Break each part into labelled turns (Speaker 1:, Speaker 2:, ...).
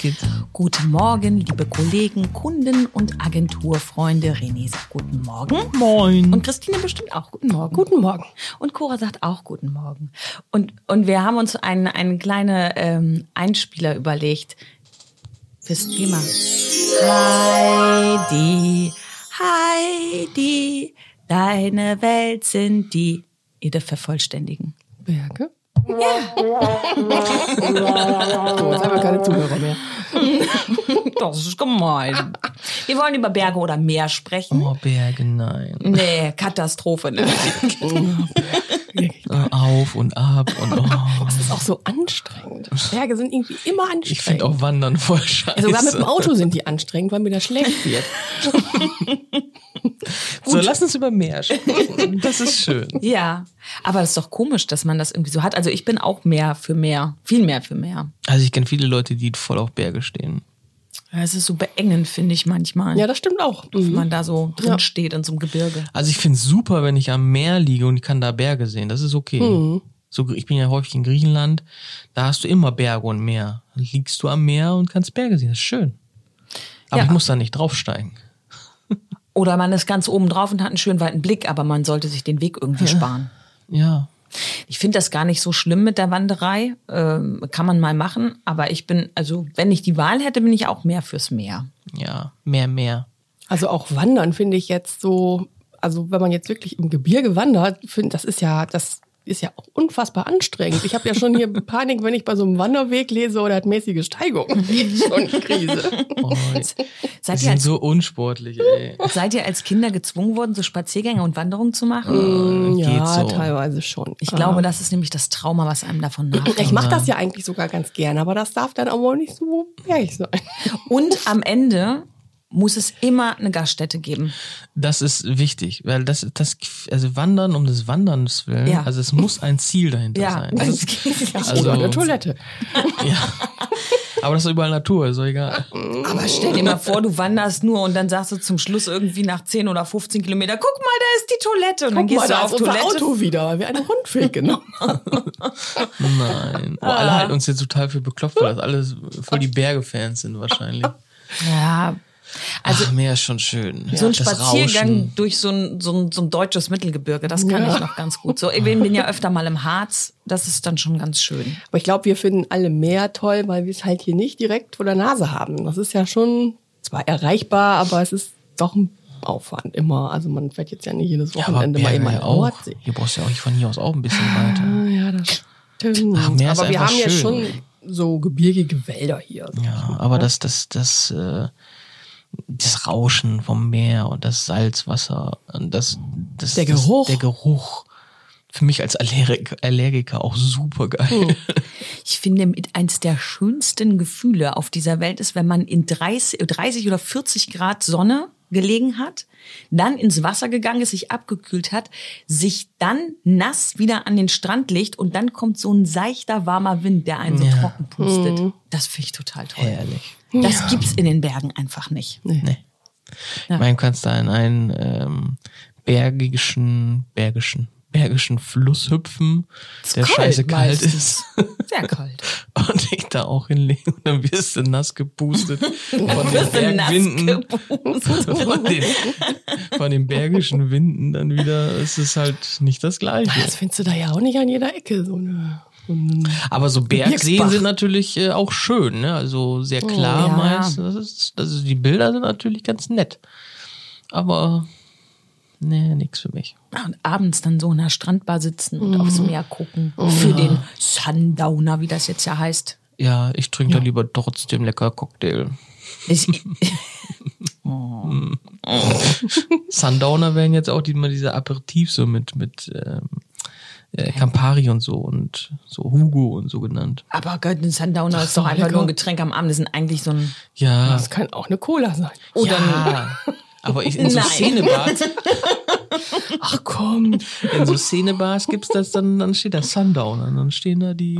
Speaker 1: geht's.
Speaker 2: Guten Morgen, liebe Kollegen, Kunden und Agenturfreunde. René sagt guten Morgen.
Speaker 1: Moin.
Speaker 2: Und Christine bestimmt auch guten Morgen.
Speaker 3: Guten Morgen.
Speaker 2: Und Cora sagt auch guten Morgen. Und, und wir haben uns einen, einen kleinen ähm, Einspieler überlegt fürs Thema. Heidi, Heidi, deine Welt sind die. Ede vervollständigen.
Speaker 3: Berge? Ja. so, jetzt haben wir keine Zuhörer mehr.
Speaker 2: Das ist gemein. Wir wollen über Berge oder Meer sprechen.
Speaker 1: oh, Berge, nein.
Speaker 2: Nee, Katastrophe. Ne?
Speaker 1: Äh, Auf und ab und oh.
Speaker 3: Das ist auch so anstrengend. Berge sind irgendwie immer anstrengend. Also
Speaker 1: Ich finde auch Wandern voll scheiße.
Speaker 3: Sogar mit dem Auto sind die anstrengend, weil mir da schlecht wird.
Speaker 1: So, lass uns über Meer sprechen. Das ist schön.
Speaker 2: Ja, aber das ist doch komisch, dass man das irgendwie so hat. Also ich bin auch mehr für mehr, viel mehr für mehr.
Speaker 1: Also ich kenne viele Leute, die voll auf Berge stehen.
Speaker 2: Ja, Es ist so beengend, finde ich manchmal,
Speaker 3: Ja, das stimmt auch.
Speaker 2: wenn man da so drin steht in so einem Gebirge.
Speaker 1: Also ich finde es super, wenn ich am Meer liege und ich kann da Berge sehen. Das ist okay.
Speaker 3: Hm.
Speaker 1: So, ich bin ja häufig in Griechenland. Da hast du immer Berge und Meer. Dann Liegst du am Meer und kannst Berge sehen. Das ist schön. Aber
Speaker 2: Ja.
Speaker 1: ich muss da nicht draufsteigen.
Speaker 2: Oder man ist ganz oben drauf und hat einen schönen weiten Blick, aber man sollte sich den Weg irgendwie sparen.
Speaker 1: Ja.
Speaker 2: Ich finde das gar nicht so schlimm mit der Wanderei. Ähm, kann man mal machen, aber ich bin, also wenn ich die Wahl hätte, bin ich auch mehr fürs Meer.
Speaker 1: Ja. Meer, Meer.
Speaker 3: Also auch Wandern finde ich jetzt so, also wenn man jetzt wirklich im Gebirge wandert, finde das ist ja, das ist ja auch unfassbar anstrengend. Ich habe ja schon hier Panik, wenn ich bei so einem Wanderweg lese oder hat mäßige Steigung. Ich schon Krise.
Speaker 1: Oh, die
Speaker 2: Seid ihr,
Speaker 1: sind
Speaker 2: als,
Speaker 1: so unsportlich, ey.
Speaker 2: seid ihr als Kinder gezwungen worden, so Spaziergänge und Wanderungen zu machen?
Speaker 1: geht
Speaker 3: ja,
Speaker 1: so.
Speaker 3: teilweise schon.
Speaker 2: Ich glaube, das ist nämlich das Trauma, was einem davon nachkommt.
Speaker 3: Ich mache das ja eigentlich sogar ganz gern, aber das darf dann auch wohl nicht so ehrlich sein.
Speaker 2: Und am Ende muss es immer eine Gaststätte geben.
Speaker 1: Das ist wichtig, weil das, das, also Wandern um des Wanderns willen,
Speaker 2: Ja.
Speaker 1: also es muss ein Ziel dahinter sein. Das ist, Also-
Speaker 3: Oder eine Toilette.
Speaker 1: ja. Aber das ist überall Natur, ist doch egal.
Speaker 2: aber stell dir mal vor, du wanderst nur und dann sagst du zum Schluss irgendwie nach 10 oder 15 Kilometer, guck mal, da ist die Toilette. Und dann
Speaker 3: Guck
Speaker 2: gehst
Speaker 3: mal,
Speaker 2: du
Speaker 3: da
Speaker 2: auf
Speaker 3: ist unser
Speaker 2: Toilette.
Speaker 3: Auto wieder, weil wir einen Rundweg genommen haben.
Speaker 1: Nein. Boah,
Speaker 2: Ah.
Speaker 1: alle halten uns jetzt total für bekloppt, weil das alles voll die Berge-Fans sind wahrscheinlich.
Speaker 2: Ja.
Speaker 1: Also Ach, Meer ist schon schön.
Speaker 2: So ein
Speaker 1: Das
Speaker 2: Spaziergang
Speaker 1: Rauschen.
Speaker 2: durch so ein, so, ein, so ein deutsches Mittelgebirge, das kann ich noch ganz gut. So, ich bin, bin ja öfter mal im Harz, das ist dann schon ganz schön.
Speaker 3: Aber ich glaube, wir finden alle Meer toll, weil wir es halt hier nicht direkt vor der Nase haben. Das ist ja schon zwar erreichbar, aber es ist doch ein Aufwand immer. Also man fährt jetzt ja nicht jedes
Speaker 1: Ja, aber
Speaker 3: Wochenende mal
Speaker 1: Berge
Speaker 3: eben an
Speaker 1: ja
Speaker 3: den
Speaker 1: auch.
Speaker 3: Nordsee.
Speaker 1: Hier brauchst du ja auch von hier aus auch ein bisschen weiter.
Speaker 3: Ah, Ja, das stimmt.
Speaker 1: Ach, Meer ist
Speaker 3: aber wir
Speaker 1: einfach
Speaker 3: haben ja
Speaker 1: schön.
Speaker 3: schon so gebirgige Wälder hier.
Speaker 1: Ja, aber
Speaker 2: ne?
Speaker 1: das, das, das, äh, das Rauschen vom Meer und das Salzwasser und das, das
Speaker 3: Der
Speaker 1: das-
Speaker 3: Geruch.
Speaker 1: der Geruch. Für mich als Allergik, Allergiker auch super
Speaker 2: Oh,
Speaker 1: geil.
Speaker 2: Ich finde, mit eins der schönsten Gefühle auf dieser Welt ist, wenn man in 30, 30 oder 40 Grad Sonne gelegen hat, dann ins Wasser gegangen ist, sich abgekühlt hat, sich dann nass wieder an den Strand legt und dann kommt so ein seichter, warmer Wind, der einen so
Speaker 1: Ja.
Speaker 2: trocken pustet. Das finde ich total toll.
Speaker 1: Herrlich.
Speaker 2: Das gibt's in den Bergen einfach nicht.
Speaker 1: Nee. Ich meine, du kannst da in einen ähm, bergischen, bergischen, bergischen Fluss hüpfen, der
Speaker 2: kalt
Speaker 1: scheiße kalt
Speaker 2: meistens.
Speaker 1: ist.
Speaker 2: Sehr kalt.
Speaker 1: Und ich da auch hinlegen und dann wirst du nass gepustet von den
Speaker 2: Wirst du nass
Speaker 1: Bergwinden.
Speaker 2: gepustet.
Speaker 1: Von den, von den bergischen Winden dann wieder ist es halt nicht das Gleiche.
Speaker 3: Das findest du da ja auch nicht an jeder Ecke. So eine, so ein-
Speaker 1: Aber so Bergseen
Speaker 3: Gebirgsbach.
Speaker 1: sind natürlich äh, auch schön, ne? Also sehr klar
Speaker 2: ja.
Speaker 1: meist. Das ist, das ist, die Bilder sind natürlich ganz nett. Aber nee, nix für mich.
Speaker 2: Ja, Und abends dann so in der Strandbar sitzen und aufs Meer gucken. Für den Sundowner, wie das jetzt ja heißt.
Speaker 1: Ja, ich trinke da lieber trotzdem lecker Cocktail.
Speaker 2: Ich,
Speaker 1: Sundowner wären jetzt auch die, immer diese Aperitifs so mit, mit ähm, äh, Campari und so und so Hugo und so genannt.
Speaker 2: aber Gott, ein Sundowner ist doch einfach nur ein Getränk am Abend. Das sind eigentlich so ein.
Speaker 1: Ja.
Speaker 3: das kann auch eine Cola sein.
Speaker 2: Oder
Speaker 1: ja. Aber ich, in so
Speaker 2: Oh, Nein.
Speaker 1: Szenebars,
Speaker 3: Ach komm.
Speaker 1: in so Szenebars gibt's das dann, dann steht da Sundowner und dann stehen da die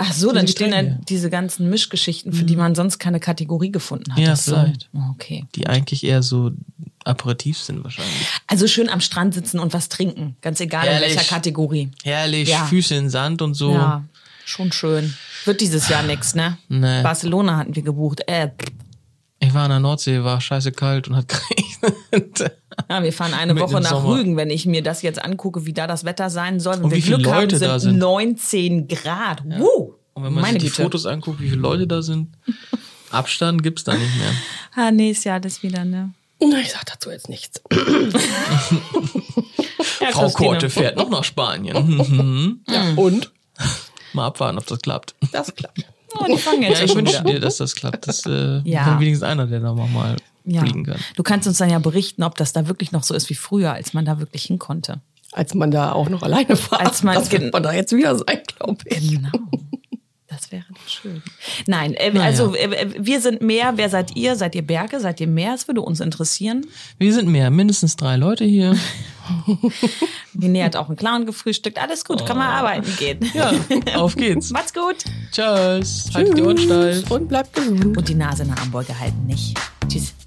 Speaker 2: Ach so, Mhm. dann
Speaker 1: Diese
Speaker 2: stehen da
Speaker 1: Getränke.
Speaker 2: diese ganzen Mischgeschichten, für die man sonst keine Kategorie gefunden hat.
Speaker 1: Ja,
Speaker 2: Das ist so- Oh,
Speaker 1: vielleicht.
Speaker 2: Okay.
Speaker 1: die eigentlich eher so aperitiv sind wahrscheinlich.
Speaker 2: Also schön am Strand sitzen und was trinken. Ganz egal in
Speaker 1: Ehrlich?
Speaker 2: welcher Kategorie.
Speaker 1: Herrlich,
Speaker 2: Ja.
Speaker 1: Füße in den Sand und so.
Speaker 2: Ja, schon schön. Wird dieses Jahr nichts, ne?
Speaker 1: Nee.
Speaker 2: Barcelona hatten wir gebucht. Äh, pff.
Speaker 1: Ich war an der Nordsee, war scheiße kalt und hat geregnet.
Speaker 2: ja, wir fahren eine
Speaker 1: Mitten
Speaker 2: Woche
Speaker 1: im
Speaker 2: nach
Speaker 1: Sommer.
Speaker 2: Rügen, wenn ich mir das jetzt angucke, wie da das Wetter sein soll. Wenn
Speaker 1: Und
Speaker 2: wir
Speaker 1: wie viele
Speaker 2: Glück
Speaker 1: Leute
Speaker 2: haben, sind
Speaker 1: da sind.
Speaker 2: 19 Grad. Wuh!
Speaker 1: Und wenn man
Speaker 2: Meine
Speaker 1: sich die
Speaker 2: Güte.
Speaker 1: Fotos anguckt, wie viele Leute da sind, Abstand gibt's da nicht mehr.
Speaker 2: Ah, nächstes Jahr das wieder, ne?
Speaker 3: Na, ich sag dazu jetzt nichts.
Speaker 2: Ja,
Speaker 1: Frau
Speaker 2: Christine.
Speaker 1: Korte fährt noch nach Spanien.
Speaker 3: Ja,
Speaker 2: Mm.
Speaker 3: und?
Speaker 1: Mal abwarten, ob das klappt.
Speaker 3: Das klappt.
Speaker 2: Oh, die fangen jetzt
Speaker 1: Ja, ich
Speaker 2: schon
Speaker 1: wünsche
Speaker 2: wieder.
Speaker 1: dir, dass das klappt. Das äh,
Speaker 2: Ja.
Speaker 1: kann wenigstens einer, der da nochmal
Speaker 2: Ja.
Speaker 1: fliegen kann.
Speaker 2: Du kannst uns dann ja berichten, ob das da wirklich noch so ist wie früher, als man da wirklich hin konnte.
Speaker 3: Als man da auch noch alleine war.
Speaker 2: Als man-
Speaker 3: das wird man da jetzt wieder sein, glaube ich.
Speaker 2: Genau. Das wäre doch schön. Nein, äh, also äh, wir sind mehr. Wer seid ihr? Seid ihr Berge? Seid ihr Meer? Das würde uns interessieren.
Speaker 1: Wir sind mehr, mindestens drei Leute hier.
Speaker 2: René hat auch einen Clown gefrühstückt. Alles gut, kann man arbeiten gehen.
Speaker 1: Oh. Ja, auf geht's.
Speaker 2: Macht's gut.
Speaker 1: Tschüss. Halt die Ohren steif.
Speaker 3: Und bleibt gesund.
Speaker 2: Und die Nase in der Armbeuge halten nicht. Tschüss.